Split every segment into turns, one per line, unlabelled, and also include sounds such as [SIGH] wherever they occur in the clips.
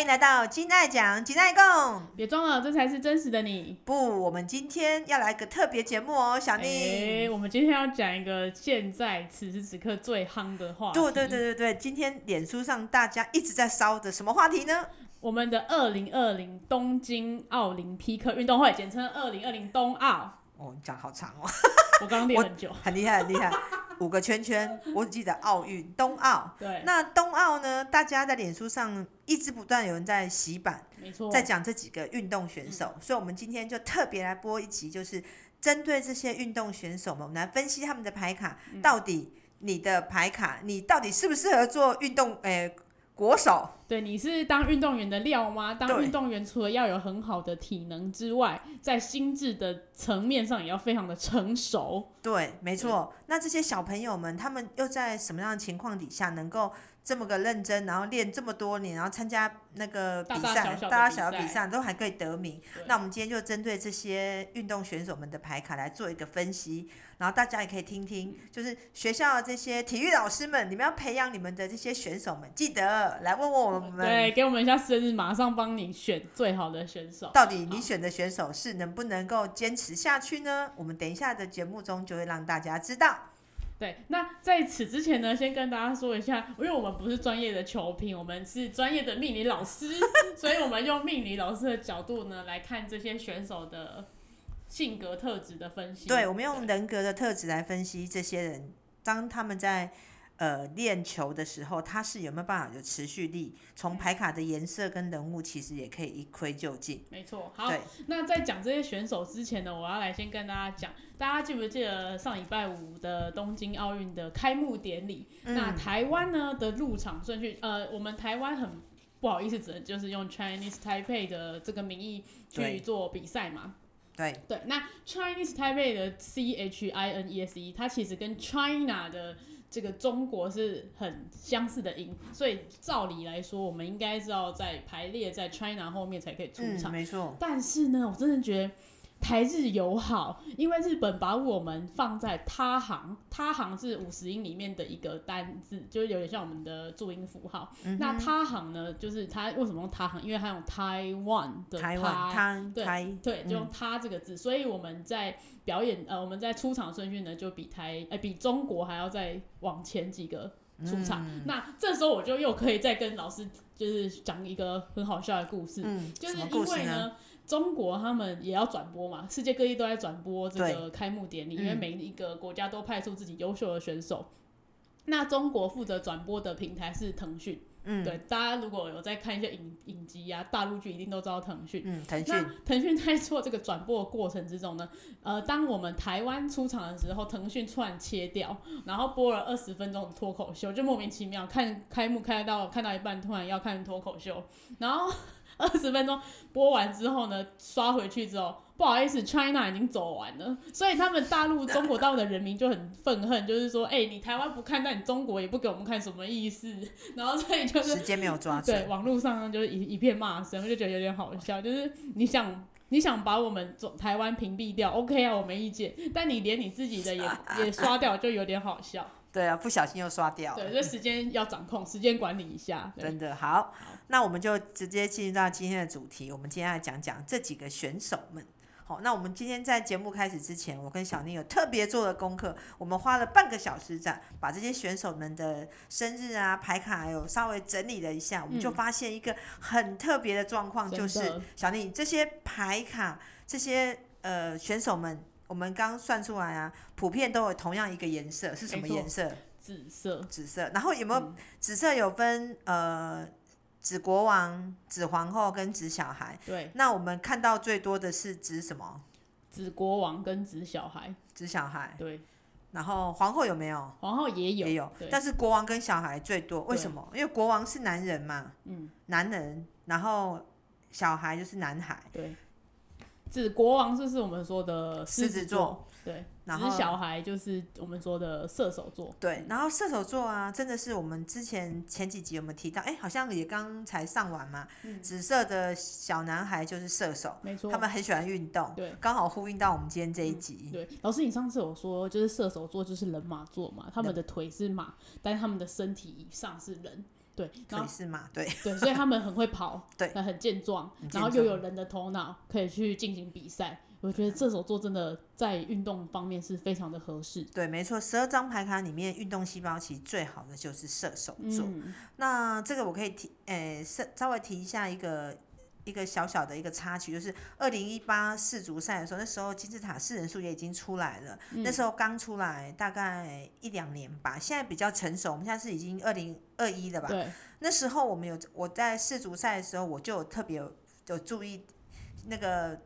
迎来到金爱讲金爱共。
别装了，这才是真实的你。
不，我们今天要来个特别节目哦，小
哎
宁。
我们今天要讲一个现在此时此刻最夯的话题，
对对对，对对，今天脸书上大家一直在烧的什么话题呢？
我们的二零二零东京奥林匹克运动会，简称二零二零冬奥。
哦，你讲好长哦，
我刚练很久，
很厉害很厉害，五个圈圈，我只记得奥运、冬奥。
对，
那冬奥呢？大家在脸书上一直不断有人在洗版，
没错，
在讲这几个运动选手，所以我们今天就特别来播一集，就是针对这些运动选手们，我们来分析他们的牌卡，到底你的牌卡，你到底适不适合做运动？诶、国手，
对，你是当运动员的料吗？当
对
运动员除了要有很好的体能之外，在心智的层面上也要非常的成熟。
对，没错。那这些小朋友们，他们又在什么样的情况底下能够这么个认真，然后练这么多年，然后参加那个比
大大
赛
小小，
大
的
大
比
小小
赛
比赛都还可以得名？
对
那我们今天就针对这些运动选手们的牌卡来做一个分析，然后大家也可以听听，
嗯
就是学校的这些体育老师们，你们要培养你们的这些选手们，记得来问问我们，
对，给我们一下生日，马上帮你选最好的选手。
到底你选的选手是能不能够坚持下去呢？我们等一下的节目中就会让大家知道。
对，那在此之前呢，先跟大家说一下，因为我们不是专业的球评，我们是专业的命理老师，所以我们用命理老师的角度呢来看这些选手的性格特质的分析。
对，我们用人格的特质来分析这些人，当他们在呃练球的时候，他是有没有办法有持续力？从牌卡的颜色跟人物，其实也可以一窥究竟。
没错。好，
对，
那在讲这些选手之前呢，我要来先跟大家讲，大家记不记得上礼拜五的东京奥运的开幕典礼？那
嗯，
台湾呢的入场顺序，呃，我们台湾很不好意思，只能就是用 Chinese Taipei 的这个名义
对
去做比赛嘛。
对，
对，那 Chinese Taipei 的 C H I N E S E，它其实跟 China 的这个中国是很相似的音，所以照理来说，我们应该是要在排列在 China 后面才可以出
嗯，
场。
没错，
但是呢，我真的觉得台日友好，因为日本把我们放在他行，他行是五十音里面的一个单字，就是有点像我们的注音符号。
嗯
那他行呢，就是他为什么用他行？因为他用台湾的
台湾、汤、
对
台，
对，就
嗯
用他这个字，所以我们在表演呃，我们在出场顺序呢，就比台呃比中国还要再往前几个出场。
嗯
那这时候我就又可以再跟老师就是讲一个很好笑的故事，
嗯，
就
什
是
么
因
故事
为
呢？
呢，中国他们也要转播嘛，世界各地都在转播这个开幕典礼，因为
嗯
每一个国家都派出自己优秀的选手。那中国负责转播的平台是腾讯，
嗯
对大家如果有在看一些影影集啊、大陆剧，一定都知道腾讯。
嗯，腾讯
那，腾讯在做这个转播的过程之中呢，呃，当我们台湾出场的时候，腾讯突然切掉，然后播了二十分钟的脱口秀，就莫名其妙看开幕开到看到一半，突然要看脱口秀，然后二十分钟播完之后呢，刷回去之后。不好意思，China 已经走完了，所以他们大陆中国大陆的人民就很愤恨，就是说，哎、你台湾不看，但你中国也不给我们看，什么意思？ [LAUGHS] 然后所以就是
时间没有抓住，
[LAUGHS] 对，网络上就是一一片骂声，我就觉得有点好笑。就是你想你想把我们中台湾屏蔽掉，OK 啊，我没意见。但你连你自己
[LAUGHS]
的也也刷掉，就有点好笑。
对啊，不小心又刷掉
对，
了。
所以时间要掌控，时间管理一下。对，
真的好，那我们就直接进入到今天的主题。我们今天来讲讲这几个选手们。好，那我们今天在节目开始之前，我跟小宁有特别做了功课，我们花了半个小时在把这些选手们的生日啊、牌卡还有稍微整理了一下，我们就发现一个很特别的状况，
嗯真
就
的
是小宁这些牌卡、这些呃选手们，我们刚算出来啊，普遍都有同样一个颜色，是什么
没错
颜色？
紫色
紫色。然后有没有
嗯
紫色有分呃紫国王、紫皇后跟紫小孩。
对，
那我们看到最多的是紫什么？
紫国王跟紫小孩，
紫小孩。
对，
然后皇后有没有？
皇后也有，
也有
对，
但是国王跟小孩最多，为什
对
么？因为国王是男人嘛，
嗯，
男人，然后小孩就是男孩，
对。紫国王就是我们说的
狮子
子
座，
对，
然后
紫小孩就是我们说的射手座，
对，然后射手座啊，真的是我们之前前几集有没有提到？哎，好像也刚才上完嘛。
嗯
紫色的小男孩就是射手，
没错
他。们很喜欢运动，
对，嗯
刚好呼应到我们今天这一集。
对，老师，你上次有说，就是射手座就是人马座嘛，他们的腿是马，但他们的身体以上是人，对，然
可以
后
是嘛？对，
对，所以他们很会跑
[LAUGHS] ，对
那很健壮
很，健
然后又有人的头脑可以去进行比赛。我觉得射手座真的在运动方面是非常的合适。
对，没错，十二张牌卡里面运动细胞其实最好的就是射手座。
嗯，
那这个我可以提，诶、稍稍微提一下一个一个小小的一个插曲，就是二零一八世足赛的时候，那时候金字塔四人数也已经出来了，
嗯
那时候刚出来大概一两年吧，现在比较成熟，我们现在是已经二零二一了吧？
对，
那时候我们有我在世足赛的时候，我就有特别有有注意那个，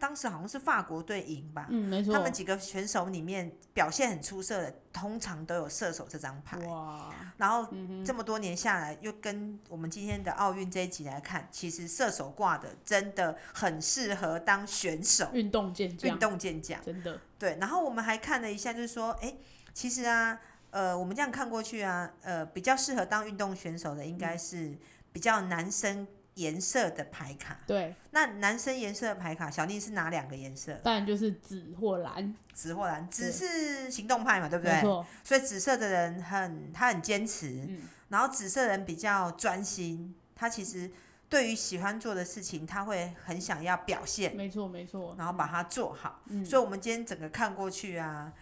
当时好像是法国队赢吧，
嗯，没错
他。们几个选手里面表现很出色的，通常都有射手这张牌。
哇，
然后
嗯哼，
这么多年下来，又跟我们今天的奥运这一集来看，其实射手挂的真的很适合当选手、
运动健
运
将，
动健将。
真的，
对，然后我们还看了一下，就是说，哎，其实啊，呃，我们这样看过去啊，呃，比较适合当运动选手的应
嗯
该是比较男生颜色的牌卡。
对，
那男生颜色的牌卡，小宁是哪两个颜色？
当然就是紫或蓝，
紫或蓝？紫
对
是行动派嘛，对不
没
对？
错，
所以紫色的人很他很坚持，
嗯
然后紫色人比较专心，他其实对于喜欢做的事情，他会很想要表现，
没错，没错。
然后把它做好。
嗯
所以，我们今天整个看过去啊，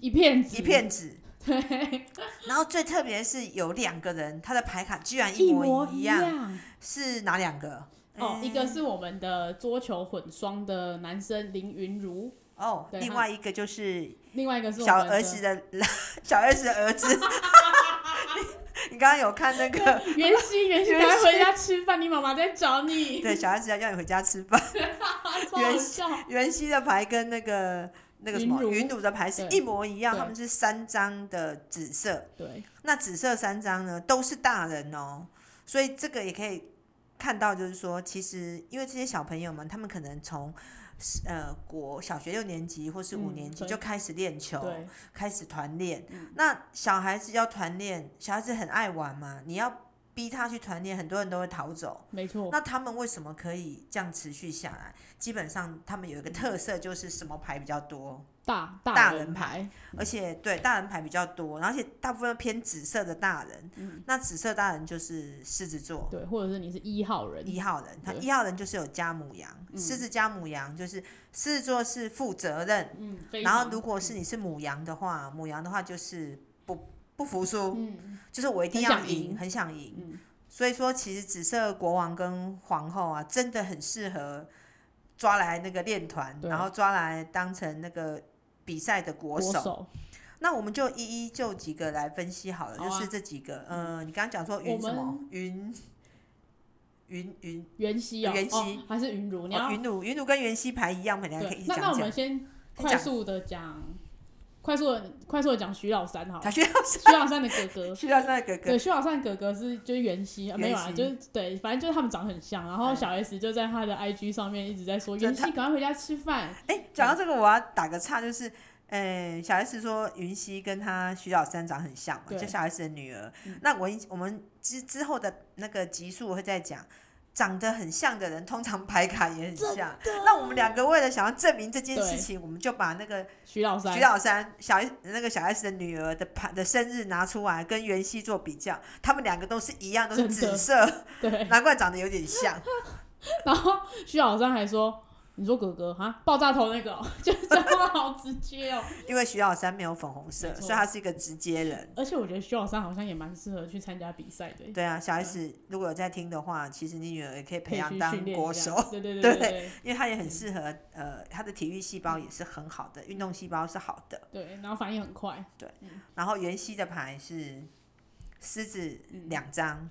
一片紫
一，片紫，
对，
然后最特别是有两个人，他的牌卡居然
一
一
模
模一
一
样，
样。
是哪两个？
哦，一个
嗯
是我们的桌球混双的男生林云儒，
哦，
对
另
他
外一个就是
另外一个是我
小
们
儿子的 [LAUGHS] 小儿子的儿子。 [LAUGHS] 你你刚刚有看那个？
袁熙，袁熙，
袁熙
赶快回家吃饭，你妈妈在找你。
[LAUGHS] 对，小儿子要叫你回家吃饭。 [LAUGHS]
超好
袁
笑。
袁熙的牌跟那个那个什么
云儒
云鲁的牌是
对
一模一样，
对
他们是三张的紫色。
对，
那紫色三张呢，都是大人哦，所以这个也可以看到，就是说，其实因为这些小朋友们，他们可能从呃国小学六年级或是五
嗯
年级
对
就开始练球，
对，
开始团练。
嗯
那小孩子要团练，小孩子很爱玩嘛，你要逼他去团练，很多人都会逃走。
没错。
那他们为什么可以这样持续下来？基本上他们有一
嗯
个特色，就是什么牌比较多，
大
大人
人牌，
而且对大人牌比较多，而且大部分偏紫色的大人。
嗯
那紫色大人就是狮子座
对，或者是你是一号人，
一号人，他
对嗯
一号人就是有家母羊，狮子家母羊就是狮子座是负责任，
嗯，非
然后
常
如果是你是母羊的话，母羊的话就是不不服输，
嗯，
就是我一定要
很想
赢，
赢
很想赢。
嗯
所以说，其实紫色国王跟皇后啊，真的很适合抓来那个练团，
对
然后抓来当成那个比赛的国
国
手。
手，
那我们就一一就几个来分析好了，
好啊
就是这几个。嗯、你刚刚讲说云
我
什么
们？
云云云
袁熙哦，
袁熙
哦还是云如，你
哦，
要
云鲁云鲁跟袁熙牌一样，我们俩可以
对
一，起
那那
讲
我
讲
们。先
先
快
讲
速的讲，快速的快速的讲徐老三
[LAUGHS]
好
他
了，
需要
徐老三的哥哥，
需要那个哥哥
对，徐小善哥哥是就是袁熙，啊没有啊，
袁熙
就是对，反正就是他们长得很像。然后
嗯
小 S 就在他的 IG 上面一直在说
真
袁熙
的，
赶快回家吃饭。
哎，讲到这个，我要打个岔，就是，呃，小 S 说云溪跟她徐老三长很像嘛，
对
就小 S 的女儿。
嗯
那我已我们之之后的那个集数会再讲，长得很像的人通常牌卡也很像。那我们两个为了想要证明这件事
对
情，我们就把那个
徐老三
徐，老三、小 S 那个小 S 的女儿的牌的生日拿出来跟袁熙做比较，他们两个都是一样，都是
真的哎
紫色，
对。
难怪长得有点
[LAUGHS]
像。
然后徐小善还说：“你说哥哥哈，爆炸头那个、哦， [LAUGHS] 就是讲话好直接哦。
因为徐老三没有粉红色，
没错
所以他是一个直接人。”
而且我觉得徐小善好像也蛮适合去参加比赛的，
对啊，小
对
S 如果有在听的话，其实你女儿也可以
可
培
以
养
去
当
训练
国
一
手，
下。 [LAUGHS] 嗯对对
对
对对
因为她也很适合，呃，她的体育细胞也是很好的，运动细胞是好的。
对，然后反应很快，
然后袁熙的牌是狮子
嗯
两张，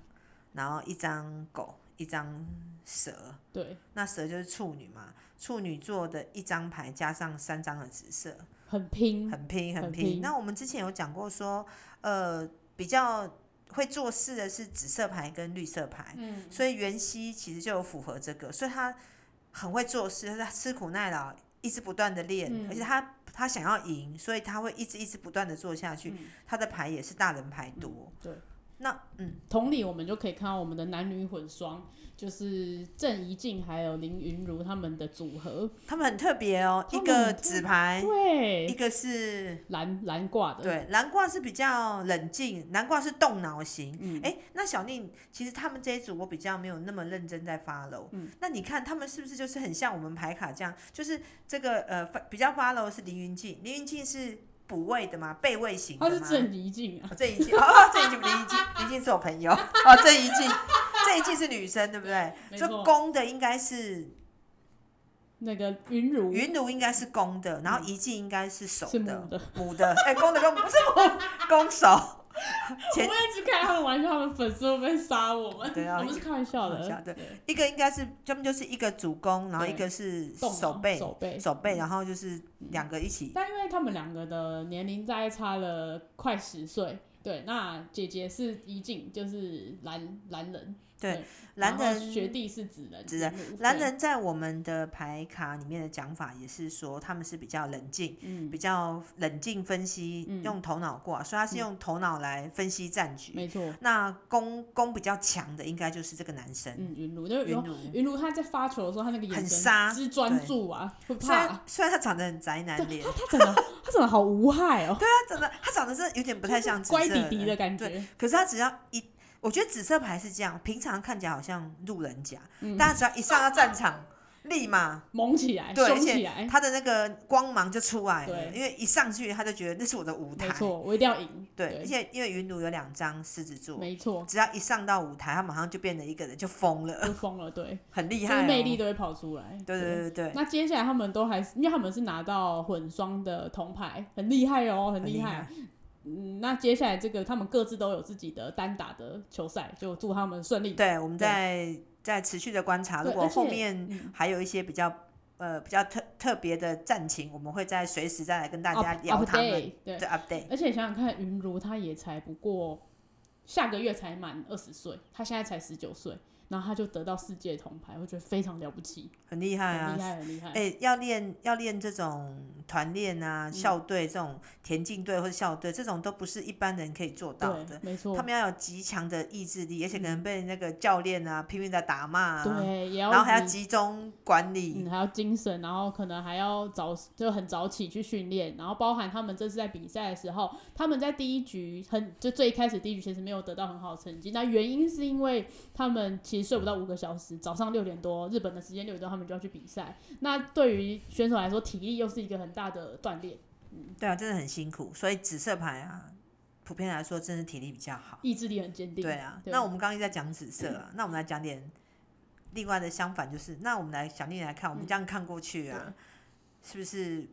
然后一张狗，一张蛇。
对，
那蛇就是处女嘛，处女座的一张牌加上三张的紫色，
很拼，
很拼很
很
拼。
拼
那我们之前有讲过说，呃，比较会做事的是紫色牌跟绿色牌。
嗯，
所以袁熙其实就有符合这个，所以他很会做事，他吃苦耐劳，一直不断的练，
嗯
而且他他想要赢，所以他会一直一直不断的做下去。
嗯
他的牌也是大人牌多，
对，
那嗯，
同理，我们就可以看到我们的男女混双，就是郑怡静还有林云如他们的组合，
他们很特别哦，
他
一
们
个
很特
纸牌，哎一
对，
个是
蓝蓝挂的，
对，蓝挂是比较冷静，蓝挂是动脑型。哎、
嗯
那小宁，其实他们这一组我比较没有那么认真在 follow。
嗯
那你看他们是不是就是很像我们牌卡这样？就是这个呃，fa- 比较 follow 是凌云静，凌云静是补位的嘛，备位型
她
的
是
嘛。
郑怡静啊，
哦这一季哦， [LAUGHS] 这一季林一季，林一季是我朋友哦，这一季
[LAUGHS]
这一季是女生对不对？
没
所
错
以公的应该是
那个云如
云奴应该是公的，然后一季应该是手
嗯是母
的
的，
母的，哎、公的公不是母公手，
我
前
们一直开他们玩笑，他们粉丝会不会杀我们？
对啊
我们是开玩笑
开玩笑的
的，
一个应该是他们就是一个主攻，然后
对
一个是
动脑
手背
手背。
手背，然后就是两个一起。
但因为他们两个的年龄大概差了快十岁，对，那姐姐是怡静，就是蓝蓝人，
对
对，
男
然后学
人
弟是紫人，
紫人
云如
男，人在我们的牌卡里面的讲法也是说他们是比较冷静
对。嗯，
比较冷静分析，
嗯
用头脑过啊，所以他是用头脑来分析战局。
没错，
那攻攻比较强的，应该就是这个男生
嗯，云如，因为
云
云
如。
云如她在发球的时候，她那个眼
很
神
杀
之专注啊，会
虽
怕 [LAUGHS]
然
啊。
虽然他长得很宅男
对，
脸，
她她长得她长得好无害哦，
对他长得他长得是有点不太像紫
乖
色
弟弟
人
的感
对
觉，
可是他只要一，我觉得紫色牌是这样，平常看起来好像路人甲，
嗯
但他只要一上到战场，立马
萌起来，
对
凶
而且
起来，
他的那个光芒就出来了，
哎对
因为一上去他就觉得那是我的舞
没
台。
错，我一定要赢，
对，而且因为云奴有两张狮子座，
没错，
只要一上到舞台，他马上就变得一个人就疯了， [LAUGHS]
就疯了，对，
很呃厉
就
害、
是
哦。
魅力都会跑出来，
对对对对对，
那接下来他们都还是，因为他们是拿到混双的铜牌，很厉害哦，很厉害。。嗯，那接下来这个他们各自都有自己的单打的球赛，就祝他们顺利。
对，我们
对
在在持续的观察，如
对
果
而且
后面
嗯
还有一些比较呃比较特特别的战情，我们会再随时再来跟大家
Up-
聊
up
他们
day，对，
的 update。
而且想想看，云如她也才不过下个月才满二十岁，她现在才十九岁，然后她就得到世界铜牌，我觉得非常了不起，
很厉害啊
很厉！害，很厉害。
哎、要练要练这种团练
嗯
啊，校队这种田径队或者校队，这种都不是一般人可以做到
对
的，。
没错
他，们要有极强的意志力，而且可能被那个教练啊拼命的打骂啊，
对，也要
然后还要
你
集中管理。
嗯，还要精神，然后可能还要早就很早起去训练，然后包含他们这次在比赛的时候，他们在第一局很就最一开始第一局其实没有得到很好的成绩，那原因是因为他们其实睡不到五个小时，早上六点多日本的时间六点多他们就要去比赛，那对于选手来说体力又是一个很大的锻炼，
对啊，真的很辛苦，所以紫色牌啊，普遍来说真的体力比较好。
意志力很坚定。
对啊，
对
那我们刚刚一直在讲紫色啊，那我们来讲点另外的相反，就是那我们来想念来看，我
嗯
们这样看过去啊，是不是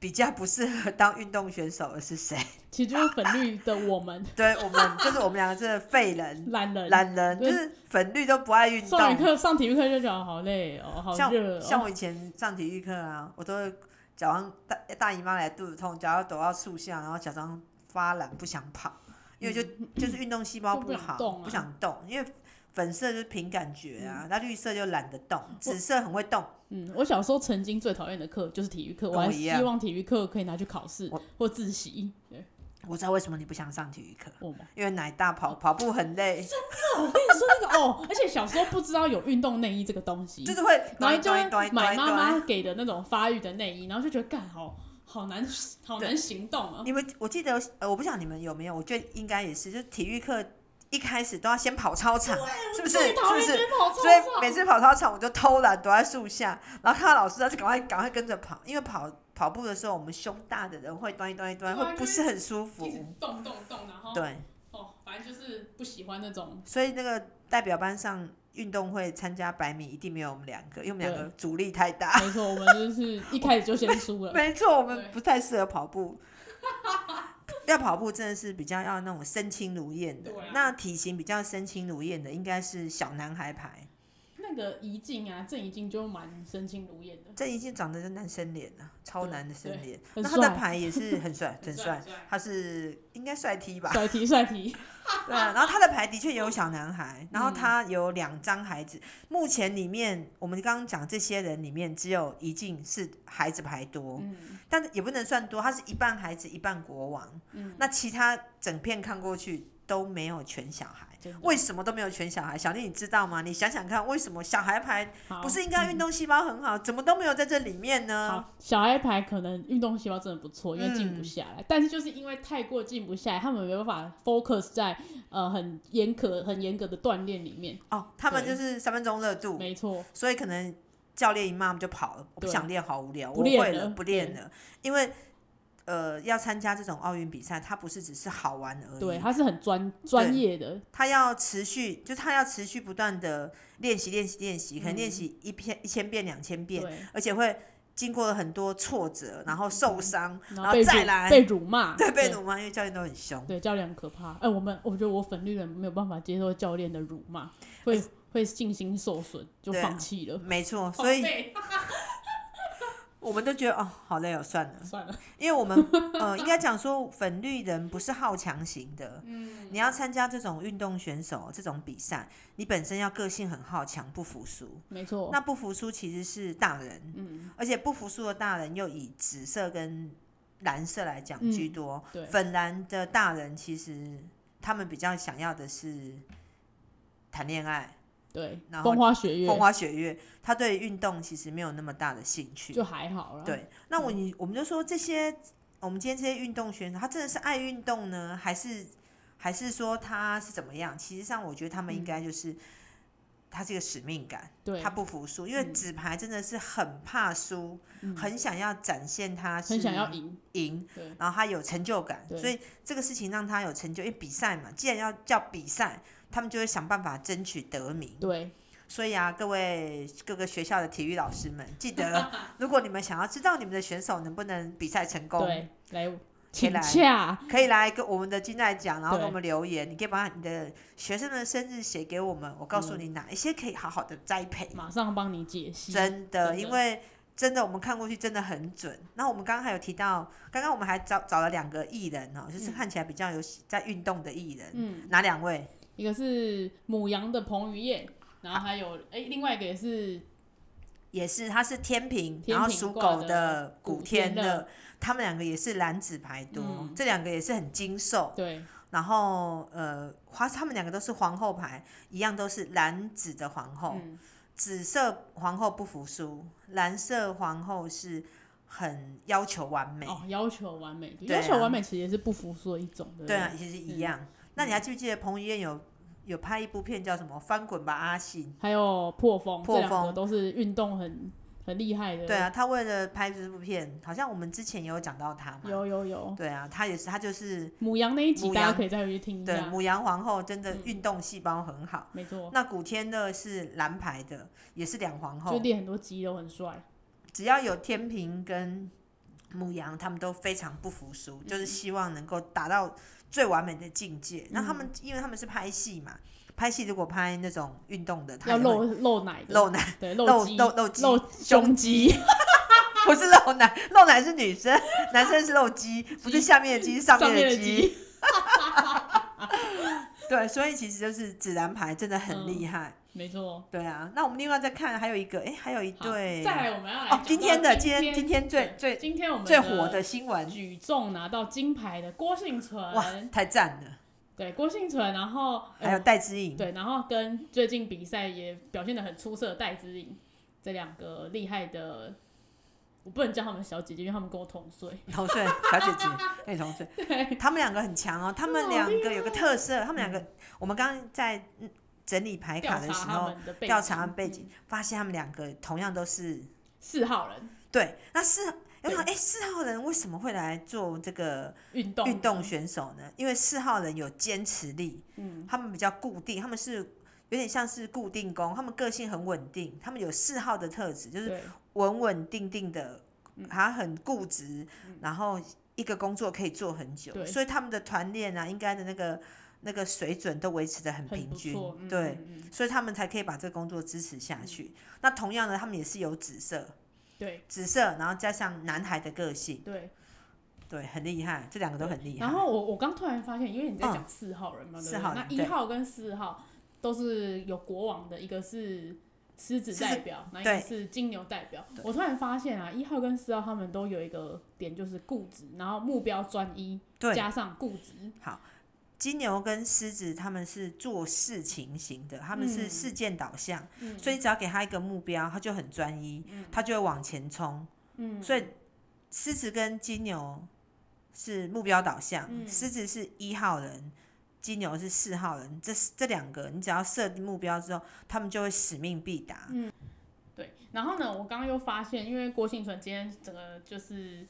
比较不适合当运动选手的是谁？ [LAUGHS]
其实就是粉绿的我们 [LAUGHS]
对我们就是我们两个真的废人、
懒人，
懒人，就
对
是粉绿都不爱运
上体育
动。
课上体育课就觉得好累哦，好
像
热
像
哦， [LAUGHS]
我以前上体育课啊，我都会假装大大姨妈来肚子痛，假装躲到树下，然后假装发懒不想跑，因为就、就是运动细胞
嗯就不
不
想
好，
动啊
不想动，因为粉色就是凭感觉啊，那、绿色就懒得动，紫色很会动。
嗯，我小时候曾经最讨厌的课就是体育课，
跟
我
我
还
一
希
样
望体育课可以拿去考试
我
或自习。对，
我知道为什么你不想上体育课，
我嘛，
因为奶大
哦
跑跑步很累，
我跟你说那个哦，而且小时候不知道有运动内衣这个东西
就，是会
然后就
咚一咚一咚一
会
咚
买
一
妈
咚
妈给的那种发育的内衣，然后就觉得干好好难好
对
难行动啊。
你们我记得，呃，我不想你们有没有，我觉得应该也是，就是体育课一开始都要先跑操场，是不是？
啊最
是
讨
不
厌
是？
去跑操
所以每
场，
次跑操场，我就偷懒躲在树下，然后看到老师，他就赶快赶快跟着跑，因为跑跑步的时候，我们胸大的人会端一端一端，
对啊
会不是很舒
一直
服。
动动动，然后
对，
哦，反正就是不喜欢那种。
所以那个代表班上运动会参加百米，一定没有我们两个，因为我们两个阻力太大。
没错，我们就是一开始就先输
[LAUGHS]
了。
没错，我们
对
不太适合跑
[LAUGHS]
步。要跑步真的是比较要那种身轻如燕的，
对啊
那体型比较身轻如燕的应该是小男孩牌，
那个怡静啊，郑怡静就蛮身轻
[LAUGHS]
如燕的，
这一定长得就男生脸啊，超
对
男的生
对
脸。
很
那他的
帅
牌也是很
[LAUGHS]
帅，
很
很帅
很，帅
他是应该帅 T 吧？
帅 T 帅
[LAUGHS]
T，
对啊，然后他的牌的确有小男
嗯
孩，然后他有两张孩子。目前里面我们刚刚讲这些人里面，只有一静是孩子牌多，
嗯
但是也不能算多，他是一半孩子一半国王。
嗯，
那其他整片看过去都没有全小孩。
真的
为什么都没有全小孩？小丽，你知道吗？你想想看，为什么小孩牌
好嗯
不是应该运动细胞很好，怎么都没有在这里面呢？
好，小孩牌可能运动细胞真的不错，因为静不
嗯
下来。但是就是因为太过静不下来，他们没办法 focus 在呃很严格、很严格的锻炼里面。
哦，他们
对
就是三分钟热度，
没错，
所以可能教练一骂他们就跑了，我不
对
想练，好无聊，
不
我
练
会
了
了，不练
对
了，因为呃，要参加这种奥运比赛，它不是只是好玩而已，
对，他是很专专业的，
他要持续，就他要持续不断的练习，练习，练习，可能
嗯
练习一篇一千遍、两千遍，
对，
而且会经过了很多挫折，然后受伤，
然
然后
后嗯被
再
辱
来
被辱
[LAUGHS]
骂，
再被
对
辱骂，因为教练都很凶。
对，教练很可怕。哎、我们我觉得我粉绿人没有办法接受教练的辱骂，
哎
会会信心受损，就
对啊
放弃了。
没
[LAUGHS]
错，所以
好废
我们都觉得哦，好累哦，算了，
算了，
因为我
[LAUGHS]
们呃，应该讲说粉绿人不是好强型的，嗯，你要参加这种运动选手这种比赛，你本身要个性很好强，不服输，
没错。
那不服输其实是大人，
哦嗯，
而且不服输的大人又以紫色跟蓝色来讲
嗯
居多，
对，
粉蓝的大人其实他们比较想要的是谈恋爱、
对，
然后
风花雪
风
月
花雪月，他对运动其实没有那么大的兴趣。
就还好啦。，
对，那
嗯
我你我们就说这些，我们今天这些运动选手，他真的是爱运动呢，还是还是说他是怎么样？其实上，我觉得他们应该就是。他这个使命感，
嗯对
他，不服输，因为
嗯
纸牌真的是很怕输，
嗯
很想要展现他是
很想要赢。
赢，
对，
然后他有成就感，
对
所以这个事情让他有成就。因为比赛嘛，既然要叫比赛，他们就会想办法争取得名。
对，
所以啊，各位各个学校的体育老师们，记
[LAUGHS]
得如果你们想要知道你们的选手能不能比赛成功，
对，来请
来
假，
可以来跟我们的金代讲，然后
对
给我们留言。你可以把你的学生的生日写给我们，我告诉
嗯
你哪一些可以好好的栽培。
马上帮你解析。
真的，
真的
因为真的我们看过去真的很准。那我们刚刚还有提到，刚刚我们还找找了两个艺人哦，就是
嗯
看起来比较有喜在运动的艺人，
嗯，
哪两位？
一个是母羊的彭于晏，然后还有哎、另外一个也是
也是，他是天平，
天
然后
平
属
挂
狗
的
的
古
古天
天乐
乐，他们两个也是蓝紫牌多，
嗯
这两个也是很精瘦，
对
然后呃，花他们两个都是皇后牌，一样都是蓝紫的皇后，
嗯
紫色皇后不服输，蓝色皇后是很要求完美，
哦要求完美，
对啊
要求完美其实也是不服输的一种，对不嗯
对
对
啊，其实一样。那你还记不记得彭于晏有有拍一部片叫什么《翻滚吧，阿信
还有破风，
破
这两个
风
都是运动很很厉害》？的。
对啊，他为了拍这部片，好像我们之前也有讲到他嘛。
有有有，
对啊，他也是，他就是
母羊那一集
母
大家
羊
可以再回去听一
对
下，
母羊皇后，真的
嗯
运动细胞很好。
没错，
那古天乐是蓝牌的，也是两皇
就
后，
练很多肌肉，很帅。
只要有天平跟母羊，他们都非常不服输，就是
嗯
希望能够达到最完美的境界。那他
嗯
们因为他们是拍戏嘛，拍戏如果拍那种运动的，他
要
也会
露露奶的，
露奶。 [LAUGHS]
对
露
肌
露露肌
露胸肌，
不是露奶，露奶是女生，男生是露鸡，不是下面的鸡，是上
上面
的
的
鸡。
[LAUGHS] 肌，
对，所以其实就是指南牌真的
嗯
很厉害。
没错。
对啊，那我们另外再看，还有一个，哎，还有一
好
对
再来我们要来
哦
讲，
今
到
天的
今
今天今天最最
对今天我们
最火的新闻，
举重拿到金牌的郭幸
哇
存，，
太赞了！
对郭幸存，然后
还有
呃
戴之
[LAUGHS]
颖，
对，然后跟最近比赛也表现的很出色的戴资颖，这两个厉害的，我不能叫他们小姐姐，因为他们跟我同岁，
同岁小姐姐跟你同岁，
对，
他们两个很强哦，他们两个有个特色，
啊
他们两个我们刚刚在嗯整理牌
调
卡
查
的时
他
候，
们的背
调查背
嗯
景，发现他们两个同样都是
四号人
对，那四有
对
想哎，四号人为什么会来做这个
运动
运动选手呢？因为四号人有坚持力，
嗯，
他们比较固定，他们是有点像是固定工，他们个性很稳定，他们有四号的特质，就是
对
稳稳定定的，
嗯
还很固执，然后一个工作可以做很久，
对
所以他们的团练啊，应该的那个那个水准都维持的很
很
平
不
均
错，，嗯
对。
嗯嗯
所以他们才可以把这个工作支持下去。那同样的，他们也是有紫色，
对
紫色，然后加上男孩的个性，
对。
对，很厉害，这两个都很厉害。
然后我我刚突然发现，因为你在
嗯
讲四号人嘛，对不
四
对
号人
那一
对
号跟四号都是有国王的，一个是狮子
狮子
代表，那一个
对
是金牛代表。
对
我突然发现啊，一号跟四号他们都有一个点，就是固执，然后目标专一，
对，
加上固执，
金牛跟狮子他们是做事情型的，他们是
嗯
事件导向，
嗯
所以只要给他一个目标，他就很专一，他就会往前冲。
嗯，
所以狮子跟金牛是目标导向，
嗯
狮子是一号人，金牛是四号人，这这两个你只要设定目标之后，他们就会使命必达。
嗯对，然后呢，我刚刚又发现，因为郭幸存今天整个就是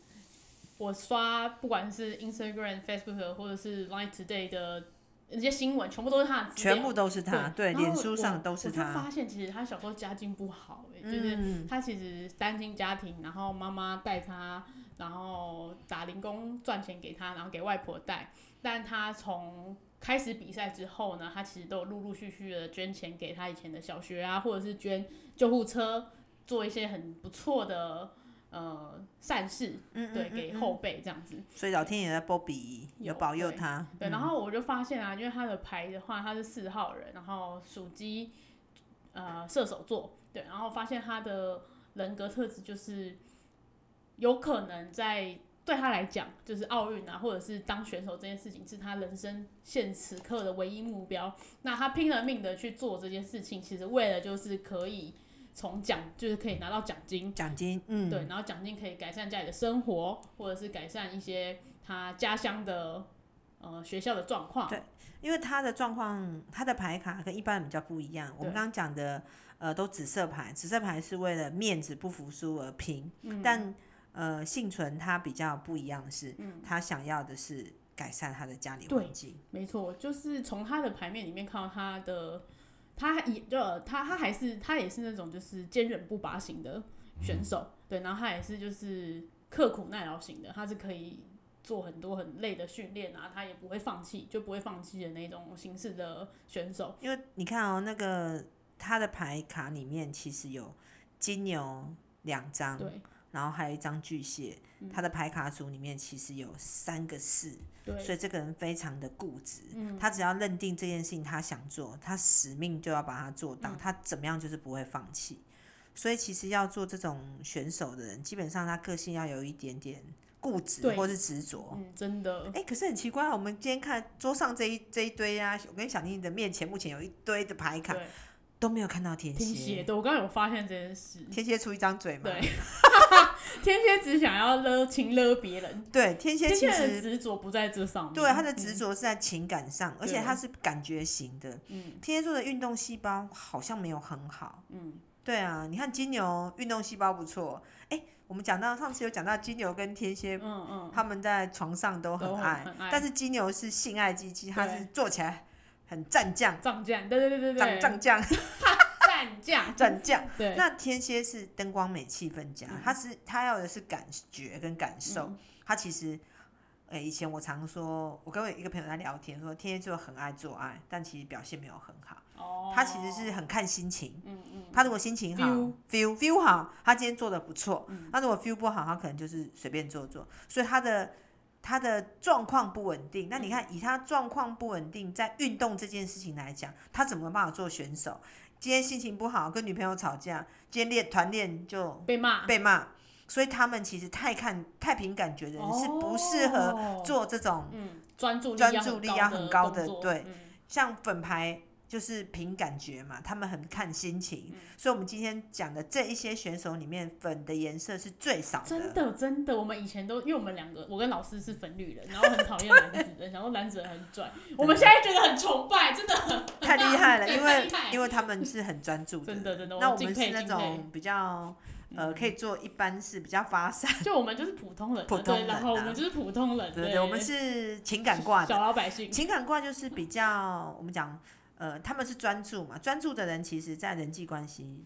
我刷不管是 Instagram、Facebook 或者是 Line Today 的那些新闻，全部都是他的资料
全部都是他，对，
然后
脸书
我
上都是
我就
他，
发现其实他小时候家境不好、欸，就是
嗯，
他其实单亲家庭，然后妈妈带他，然后打零工赚钱给他，然后给外婆带。但他从开始比赛之后呢，他其实都有陆陆续续的捐钱给他以前的小学啊，或者是捐救护车，做一些很不错的呃善事，
嗯
对，
嗯
给
嗯
后辈这样子。
所以老天爷在波比有
有
保佑
对
他，
对，
嗯
然后我就发现啊，因为他的牌的话，他是四号人，然后属鸡，呃，射手座，对，然后发现他的人格特质就是有可能在对他来讲，就是奥运啊，或者是当选手这件事情是他人生现此刻的唯一目标。那他拼了命的去做这件事情，其实为了就是可以从奖，就是可以拿到奖金，
奖金，嗯，
对，然后奖金可以改善家里的生活，或者是改善一些他家乡的呃学校的状况。
对因为他的状况，他的牌卡跟一般人比较不一样。我们
对
刚刚讲的，呃，都紫色牌，紫色牌是为了面子不服输而拼，
嗯
但呃，幸存他比较不一样的是，他想要的是改善他的家里环
嗯对
境。
没错，就是从他的牌面里面看到他的，他也就他他还是他也是那种就是坚韧不拔型的
嗯
选手，对，然后他也是就是刻苦耐劳型的，他是可以做很多很累的训练啊，他也不会放弃，就不会放弃的那种形式的选手。
因为你看哦，那个他的牌卡里面其实有金牛两张，
对嗯
然后还有一张巨蟹。他的牌卡组里面其实有三个四，
对，嗯
所以这个人非常的固执，他只要认定这件事情他想做，他使命就要把它做
嗯
到，他怎么样就是不会放弃。所以其实要做这种选手的人，基本上他个性要有一点点固执
对
或是执着。
嗯，真的，
哎、可是很奇怪啊，我们今天看桌上这一这一堆啊，我跟小宁的面前目前有一堆的牌卡
对，
都没有看到天
挺
蝎
邪，的。我刚刚有发现这件事，
天蝎出一张嘴嘛？
对， [LAUGHS] 天蝎只想要勒情勒别人，
对，天蝎
天
其
蝎的
实
执着不在这上面。
对他的执着是在情感上，而且
哦嗯对
他是感觉型的。
嗯，
天蝎座的运动细胞好像没有很好。嗯，对啊，你看金牛运动细胞不错。哎、我们讲到上次有讲到金牛跟天蝎，
嗯嗯
他们在床上都
嗯，
很
都
爱，
很爱，
但是金牛是性爱机器，他
对
是做起来很战将，
仗剑，对对对对
战
对，
战将 [LAUGHS]
战将，
战将。
对，嗯
那天蝎是灯光美、气氛佳，他是他要的是感觉跟感受。他其实，呃、以前我常说，我跟我一个朋友在聊天说，天蝎座很爱做爱，但其实表现没有很好。
哦，
他其实是很看心情，
嗯嗯，
他如果心情好
Feel 嗯
，feel feel 好，他今天做的不错。他如果 feel 不好，他可能就是随便做做。所以他的他的状况不稳
嗯
定。那你看，以他状况不稳定，在运动这件事情来讲，他怎么办法做选手？今天心情不好，跟女朋友吵架，今天练团练就
被骂，
被骂。所以他们其实太看太凭感觉的人是不适合
哦，
做这种
嗯，专注
专注力要很高的
工作
对，
嗯
像粉牌就是凭感觉嘛，他们很看心情，
嗯
所以我们今天讲的这一些选手里面，粉的颜色是最少
真的真的，我们以前都因为我们两个，我跟老师是粉绿人，然后很讨厌男子人，想说男子人很
[LAUGHS]
拽，我们现在觉得很崇拜，真的很
太厉害了，
对
因
太
为
厉害
因为他们是很专注的，
真的真的
那
我
我们
敬佩嗯
是那
敬
种比较呃可以做一般是比较发散，
就我们就是普通人，
普通
对，
人
然后我
啊
们就是普通人，
对对对，我们是情感挂的
小，老百姓，
情感挂就是比较我们讲呃他们是专注嘛，专注的人其实在人际关系。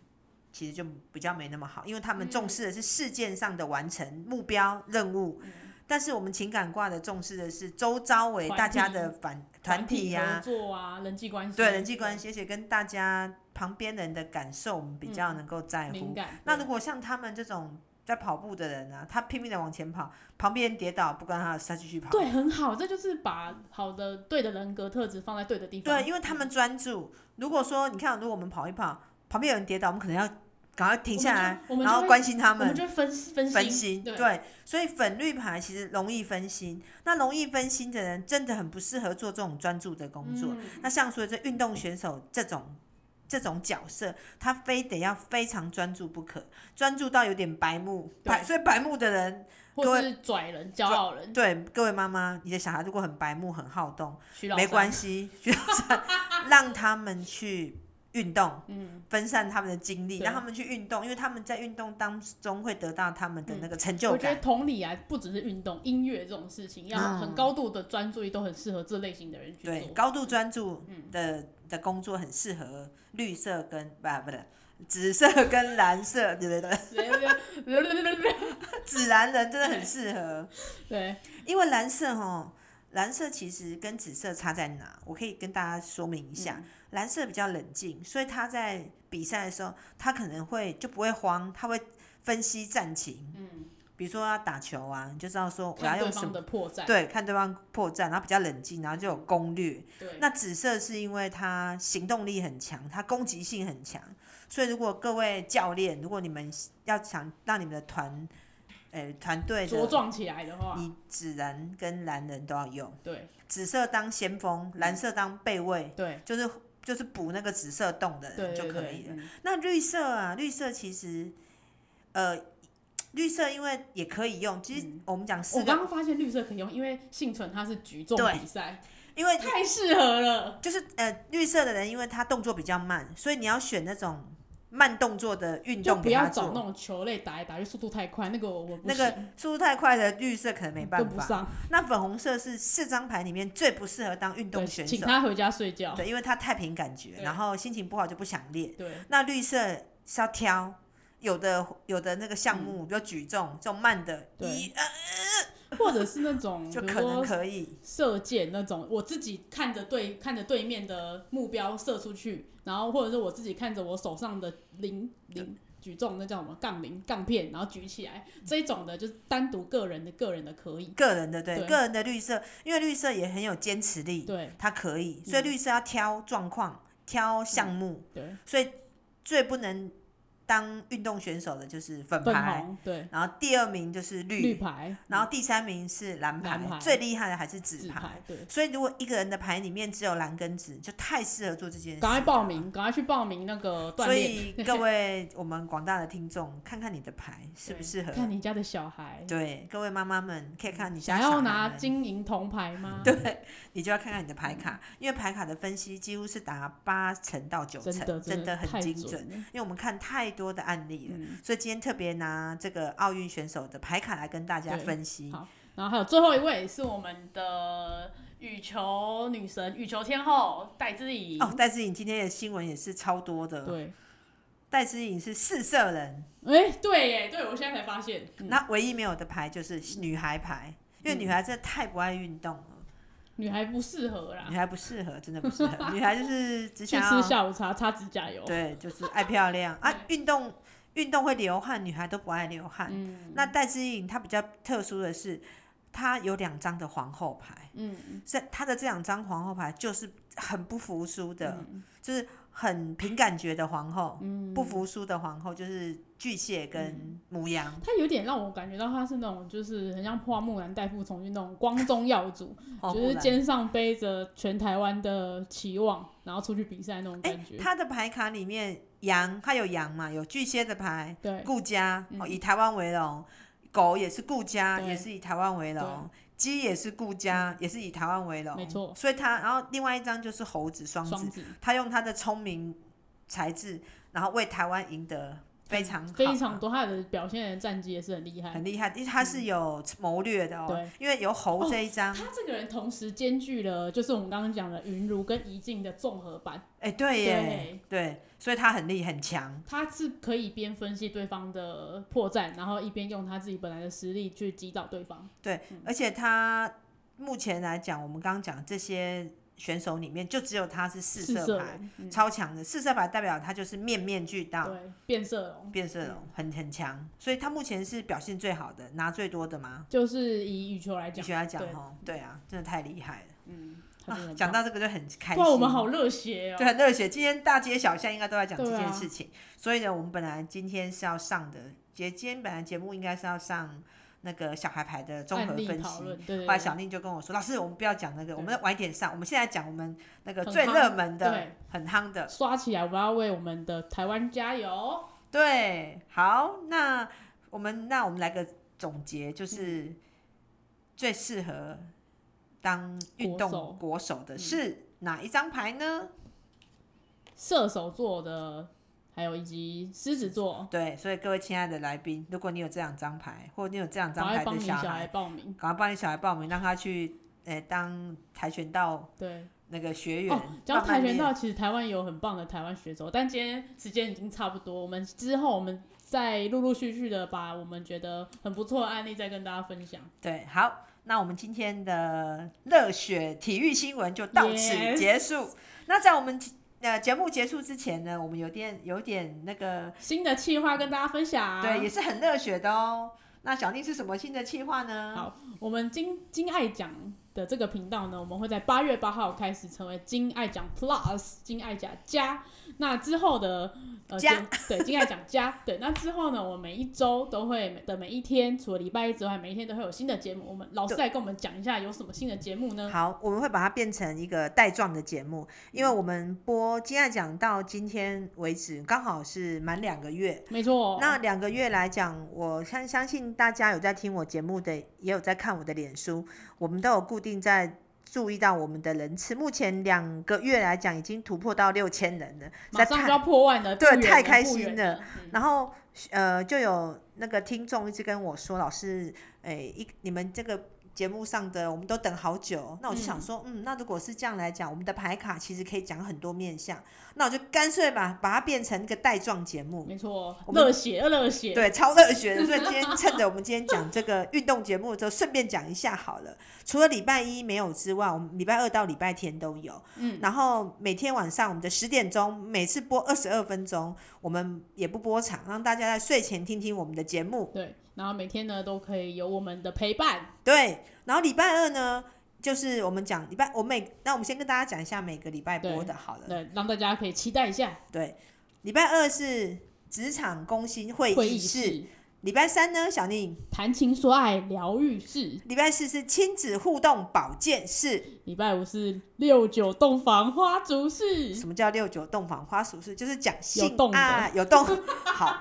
其实就比较没那么好，因为他们重视的是事件上的完成、目标、任务，
嗯
但是我们情感挂的重视的是周遭为
团
大家
体
的反团
团
体呀、
合作啊，人际关系，
对人际关系，而且跟大家旁边人的感受，我们比较能够在
对
乎
敏。感。
那如果像他们这种在跑步的人啊，他拼命的往前跑，旁边人跌倒不关他的事，他继续跑。
对很好，这就是把好的对的人格特质放在对的地方。嗯
对，因为他们专注。如果说你看，如果我们跑一跑，旁边有人跌倒，我们可能要赶快停下来，
我们就我们
然
就
后
会
关心他
我们
们。
就分析分析
分心，
对，
对，所以粉绿牌其实容易分心。那容易分心的人，真的很不适合做这种专注的工作。
嗯
那像说这运动选手这种这种角色，他非得要非常专注不可，专注到有点白目。
对嗯
白所以白目的人，各
或
位
是拽人、骄傲人，
对各位妈妈，你的小孩如果很白目、很好动，
徐老
没关
系，
系， [LAUGHS] 就是让他们去运动，
嗯，
分散他们的精力，
对
让他们去运动，因为他们在运动当中会得到他们的那个成就
嗯我觉
感。
得同理啊，不只是运动，音乐这种事情要
嗯
很高度的专注力，都很适合这类型的人去
对，
做。
高度专注
嗯
的的工作很适合绿色跟不不是紫色跟蓝色， [LAUGHS] 对不对？紫蓝人真的很适合，
对，
[LAUGHS] 因为蓝色哈，蓝色其实跟紫色差在哪？我可以跟大家说明一下，蓝色比较冷静，所以他在比赛的时候，他可能会就不会慌，他会分析战情，
嗯，
比如说要打球啊，你就知道说我要
看对
用什
方
么。
的破绽，
对，看对方破绽，然后比较冷静，然后就有攻略。
对，
那紫色是因为他行动力很强，他攻击性很强，所以如果各位教练，如果你们要想让你们的团，呃，团队的
茁壮起来的话，
你紫人跟蓝人都要用，
对
紫色当先锋，蓝色当备位，
对
就是就是补那个紫色洞的
对
人就
对
可
对
以了。
嗯
那绿色啊，绿色其实，呃，绿色因为也可以用，其实
嗯
我们讲四
我
个，
刚刚发现绿色可以用，因为幸存它是举重
对
比赛，
因为
太适合了。
就是呃绿色的人，因为他动作比较慢，所以你要选那种慢动作的运
就
动
不
给他
要找那
做。
种球类打一打，因为速度太快，那个我我不
那个
行
速度太快的绿色可能没办
跟嗯不
法。
上，
那粉红色是四张牌里面最不适合当运
对，
动选手
请，他回家睡觉。
对，因为他太凭感觉，
对
然后心情不好就不想练。
对，
那绿色是要挑，有的有的那个项目，比如举重这种慢的，
对
一呃
或者是那种
[LAUGHS]
比
就
如
可能
说
可以。
射箭那种，我自己看着对看着对面的目标射出去，然后或者是我自己看着我手上的铃铃举重那叫什么杠铃杠片，然后举起来这种的，就是单独个人的个人的可以。
个人的对，
对
个人的绿色，因为绿色也很有坚持力，
对
它可以，所以
嗯
绿色要挑状况、挑项目，
对，
所以最不能当运动选手的就是粉
粉
牌，
红对
然后第二名就是绿，
绿牌，
然后第三名是蓝牌，
蓝牌
最厉害的还是
紫
紫
牌对。
所以如果一个人的牌里面只有蓝跟紫，就太适合做这件事，
赶快报。名，赶快去报名那个锻
啊所
炼，
以各位我们广大的听众，看看你的牌适不
对
适合。
看你家的小孩，
对，各位妈妈们可以看你家
想
小
要
孩
拿
们
金银铜牌吗？
[LAUGHS] 对，你就要看看你的牌卡，因为牌卡的分析几乎是达八成到九
真
成，
的的
很
太
精准。
准了。
因为我们看太多的案例了，
嗯
所以今天特别拿这个奥运选手的牌卡来跟大家
对
分析
好。然后还有最后一位是我们的羽球女神、羽球天后戴资颖。
哦，戴志颖今天的新闻也是超多的。
对，
戴志颖是四色人，
哎，对耶，对我现在才发现，嗯
那唯一没有的牌就是女孩牌，因为女孩真的太不爱运动了，
女孩不适合啦
女，孩不适合，真的不适合。女孩就是只
去
想
吃
要
下午茶、擦指甲油。
对，就是爱漂亮啊，运动运动会流汗，女孩都不爱流汗。
嗯
那戴资颖她比较特殊的是，她有两张的皇后牌，
嗯，
这她的这两张皇后牌就是很不服输的，
嗯
就是很凭感觉的皇后，
嗯
不服输的皇后就是巨蟹跟母羊。
她有点让我感觉到她是那种，就是很像花木兰代父从军那种光宗耀祖，
哦
就
木
是
兰
肩上背着全台湾的期望，然后出去比赛那种
哎
感觉。
她的牌卡里面羊，她有羊嘛，有巨蟹的牌，
对，
顾家、哦，
嗯
以台湾为荣；狗也是顾家，
对嗯
也是以台湾为荣；鸡也是顾家，也是以台湾为荣。
没错
所以他，然后另外一张就是猴子双
双
子，
子
他用他的聪明才智，然后为台湾赢得非常好啊
非常多，他的表现的战绩也是很厉害
很。厉害，因为他是有谋略的哦
对，
因为有猴
哦
这一张，
他这个人同时兼具了，就是我们刚刚讲的云如跟怡静的综合版，
哎，对耶，对，所以他很厉很强。
他是可以边分析对方的破绽，然后一边用他自己本来的实力去击倒对方。
对，而且他目前来讲，我们刚刚讲这些选手里面，就只有他是四色牌，
人，嗯
超强的四色牌代表他就是面面俱到，
对，嗯变色龙
变色龙很很强，所以他目前是表现最好的，拿最多的嘛。
就是以羽球来
必
讲
须，要讲
对
哦，对啊，真的太厉害了。
嗯，肯定很
讲
大。
到这个就很开心。
啊哇，我们好热血哦！
对，很热血。今天大街小巷应该都在讲这
对
件
啊
事情，所以呢，我们本来今天是要上的节，今天本来节目应该是要上那个小孩牌的综合
案例
分
讨
析。
论，对对
后来
对，
小宁就跟我说：“老师，我们不要讲那个，我们晚一点上。我们现在讲我们那个
很
最
夯
热门的
对、
很夯的。
刷起来，我们要为我们的台湾加油！”
对，好，那我们那我们来个总结，
嗯
就是最适合当运
国手嗯
动国手的是哪一张牌呢？
射手座的，还有以及狮子座，
对，所以各位亲爱的来宾，如果你有这两张牌，或者你有这两
赶
张
快
牌
帮
的
你小
孩
孩，报名。
赶快帮你小孩报名，让他去呃当跆拳道
对，
那个学员。
哦，讲
慢慢
到跆拳
练
道，其实台湾有很棒的台湾学手，但今天时间已经差不多，我们之后我们再陆陆续续的把我们觉得很不错的案例再跟大家分享。
对，好，那我们今天的热血体育新闻就到此
Yes
结束。那在我们呃节目结束之前呢，我们有点有点那个，
新的计划跟大家分享。
对，也是很热血的哦。那小丽是什么新的计划呢？
好我们金金爱奖的这个频道呢，我们会在八月八号开始成为金爱奖 Plus 金爱奖加。那之后的呃
加
节对金爱奖加 [LAUGHS] 对，那之后呢，我们每一周都会每的每一天，除了礼拜一之外，每一天都会有新的节目。我们老师来跟我们讲一下有什么新的节目呢？
好，我们会把它变成一个带状的节目，因为我们播《金爱奖》到今天为止，刚好是满两个月。
没错，
那两个月来讲，我相相信大家有在听我节目的，也有在看我的脸书，我们都有固定在注意到我们的人次。目前两个月来讲，已经突破到六千人了，
马
在
上
看
就要破万了，
对
不远了
太开心
不远
了
了。嗯
然后呃，就有那个听众一直跟我说，老师，诶、一你们这个节目上的我们都等好久，那我就想说，嗯那如果是这样来讲，我们的牌卡其实可以讲很多面向，那我就干脆把把它变成一个带状节目。
没错，
我们
热血热血，
对，超热血的。所以今天趁着我们今天讲这个运动节目，就顺便讲一下好了。除了礼拜一没有之外，我们礼拜二到礼拜天都有。
嗯，
然后每天晚上我们的十点钟，每次播二十二分钟，我们也不播长，让大家在睡前听听我们的节目。
对，然后每天呢都可以有我们的陪伴。
对，然后礼拜二呢，就是我们讲礼拜，我每那我们先跟大家讲一下每个礼拜播的好了。
对，让大家可以期待一下
对，礼拜二是职场攻心会
会
议
议
室，
室、
礼拜三呢，小宁。
谈情说爱疗愈室，
礼拜四是亲子互动保健室。
礼拜五是六九洞房花烛室，
什么叫六九洞房花烛式？就是讲
有
性
动的
爱，有动。好，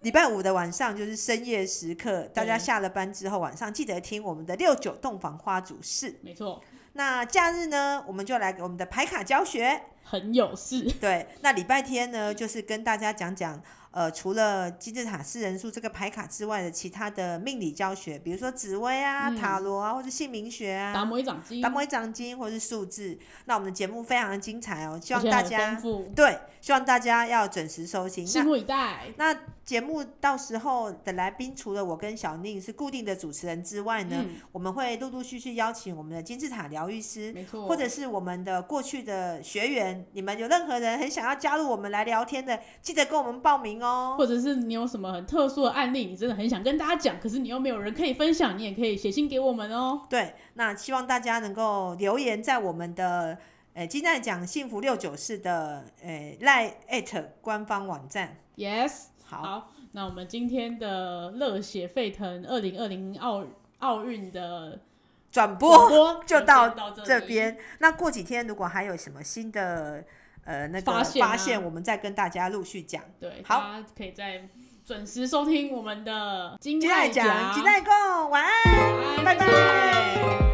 礼拜五的晚上就是深夜时刻，大家
对
下了班之后晚上记得听我们的六九洞房花烛式。
没错，
那假日呢，我们就来给我们的牌卡教学。
很有事，
对，那礼拜天呢，就是跟大家讲讲，呃，除了金字塔四人数这个牌卡之外的其他的命理教学，比如说紫薇啊、
嗯
塔罗啊，或者姓名学啊，
达摩一掌机，
达摩一掌经或是数字，那我们的节目非常的精彩哦，希
而
望
且
大
很丰
家
富，
对，希望大家要准时收听。
拭
那
目以待。
那节目到时候的来宾，除了我跟小宁是固定的主持人之外呢，
嗯，
我们会陆陆续续邀请我们的金字塔疗愈师。
没错，
或者是我们的过去的学员，你们有任何人很想要加入我们来聊天的，记得跟我们报名哦。
或者是你有什么很特殊的案例，你真的很想跟大家讲，可是你又没有人可以分享，你也可以写信给我们哦。
对，那希望大家能够留言在我们的呃金蛋奖幸福六九四的呃赖 at 官方网站。
Yes，
好，
那我们今天的热血沸腾二零二零奥奥运的
转
广
播
播
就
先
到
到
这
里。
边。那过几天如果还有什么新的呃那个
发现啊
我们再跟大家陆续讲。
对，
好
大家可以在准时收听我们的金
金
泰
蛋奖，金蛋共晚安，
晚安
拜拜